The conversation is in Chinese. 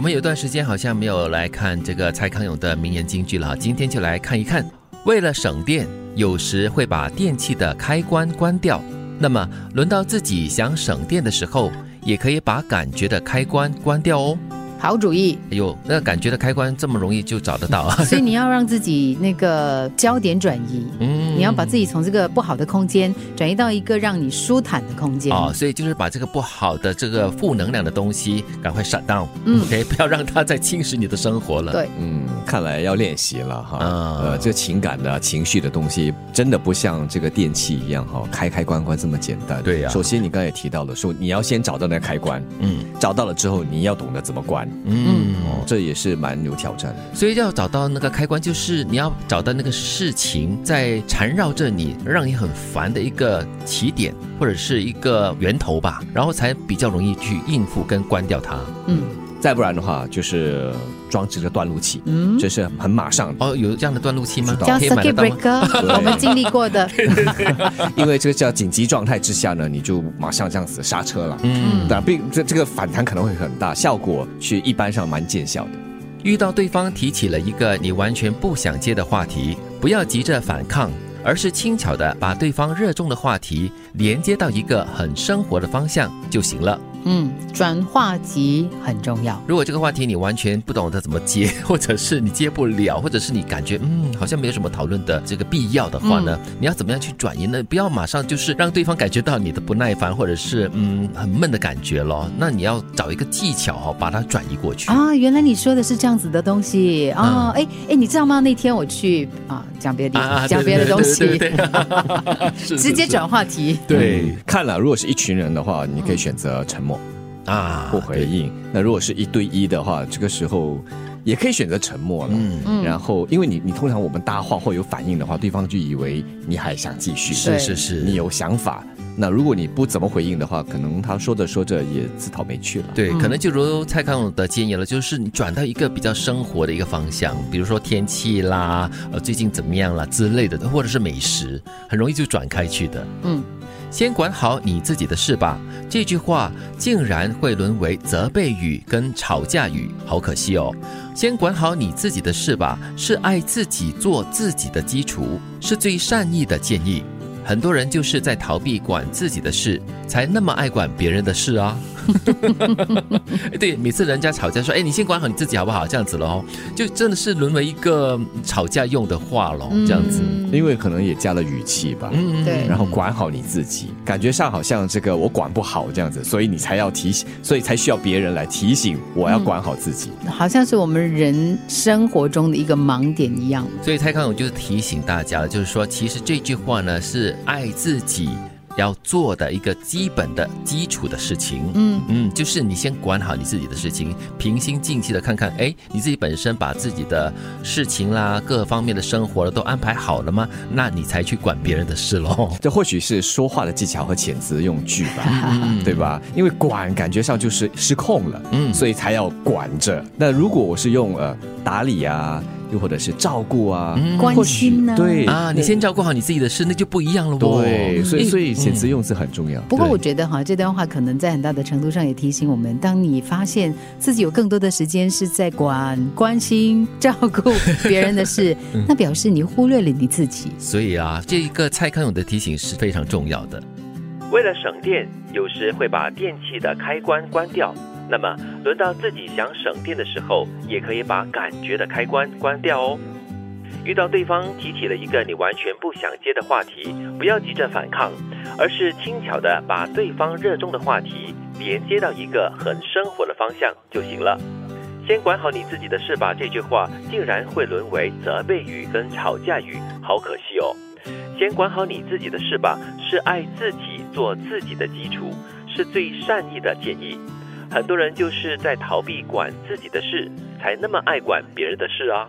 们有段时间好像没有来看这个蔡康永的名言金句了，今天就来看一看。为了省电，有时会把电器的开关关掉。那么，轮到自己想省电的时候，也可以把感觉的开关关掉哦。好 主意。哎呦，那感觉的开关这么容易就找得到啊？所以你要让自己那个焦点转移，嗯你要把自己从这个不好的空间转移到一个让你舒坦的空间。哦，所以就是把这个不好的、这个负能量的东西赶快 shut down，嗯 o k 不要让它再侵蚀你的生活了。对嗯，看来要练习了哈。啊呃，这情感的、情绪的东西，真的不像这个电器一样哈，开开关关这么简单。对呀首先，你刚才也提到了，说你要先找到那个开关，嗯找到了之后，你要懂得怎么关。嗯，哦，这也是蛮有挑战的。所以要找到那个开关，就是你要找到那个事情在缠绕着你，让你很烦的一个起点或者是一个源头吧，然后才比较容易去应付跟关掉它。嗯再不然的话，就是装置的断路器，嗯，这是很马上 的。哦，有这样的断路器吗不？知叫道可以买得 circuit 到吗？ breaker，我们经历过 的。因为这个叫紧急状态之下呢，你就马上这样子刹车了。嗯，但并这这个反弹可能会很大，效果是一般上蛮见效的。遇到对方提起了一个你完全不想接的话题，不要急着反抗，而是轻巧的把对方热衷的话题连接到一个很生活的方向就行了。嗯，转化级很重要。如果这个话题你完全不懂得怎么接， 或者是你接不了，或者是你感觉嗯好像没有什么讨论的这个必要的话呢，嗯你要怎么样去转移呢？不要马上就是让对方感觉到你的不耐烦，或者是嗯很闷的感觉咯。那你要找一个技巧哦，把它转移过去。啊，原来你说的是这样子的东西啊！哎、哎，你知道吗？那天我去啊，讲别的地方，讲别的东西，嗯 对对对对 对 是是直接是转话题。嗯，看了，如果是一群人的话，你可以选择沉默啊，不回对，应；那如果是一对一的话，这个时候也可以选择沉默了。嗯，嗯然后，因为你你通常我们搭话或有反应的话，对方就以为你还想继续，对是是是，你有想法。那如果你不怎么回应的话，可能他说着说着也自讨没趣了。对，嗯可能就如蔡康永的建议了，就是你转到一个比较生活的一个方向，比如说天气啦，呃，最近怎么样啦之类的，或者是美食，很容易就转开去的。嗯，先管好你自己的事吧。这句话竟然会沦为责备语跟吵架语，好可惜哦。先管好你自己的事吧，是爱自己做自己的基础，是最善意的建议。很多人就是在逃避管自己的事，才那么爱管别人的事啊。 哎对，每次人家吵架说：“哎，你先管好你自己好不好？”这样子咯，就真的是沦为一个嗯吵架用的话咯，这样子。嗯因为可能也加了语气吧。嗯，对然后管好你自己，感觉上好像这个我管不好这样子，所以你才要提醒，所以才需要别人来提醒我嗯要管好自己。好像是我们人生活中的一个盲点一样。所以蔡康永就是提醒大家了，就是说，其实这句话呢是爱自己要做的一个基本的基础的事情。嗯嗯，就是你先管好你自己的事情，平心静气的看看，哎，你自己本身把自己的事情啦、各方面的生活都安排好了吗？那你才去管别人的事喽。这或许是说话的技巧和遣词用句吧， 对吧？因为管感觉上就是失控了，嗯所以才要管着。那如果我是用呃打理啊，又或者是照顾啊，嗯关或许心呢对啊，你先照顾好你自己的事，那就不一样了哦。对，所以哎所以遣词用字很重要。不过对我觉得哈，这段话可能在很大的程度上也提醒我们，当你发现自己有更多的时间是在管、关心、照顾别人的事，那表示你忽略了你自己。所以啊，这一个蔡康永的提醒是非常重要的。为了省电，有时会把电器的开关关掉。那么，轮到自己想省电的时候，也可以把感觉的开关关掉哦。遇到对方提起了一个你完全不想接的话题，不要急着反抗，而是轻巧的把对方热衷的话题连接到一个很生活的方向就行了。先管好你自己的事吧。这句话竟然会沦为责备语跟吵架语，好可惜哦。先管好你自己的事吧，是爱自己做自己的基础，是最善意的建议。很多人就是在逃避管自己的事，才那么爱管别人的事啊。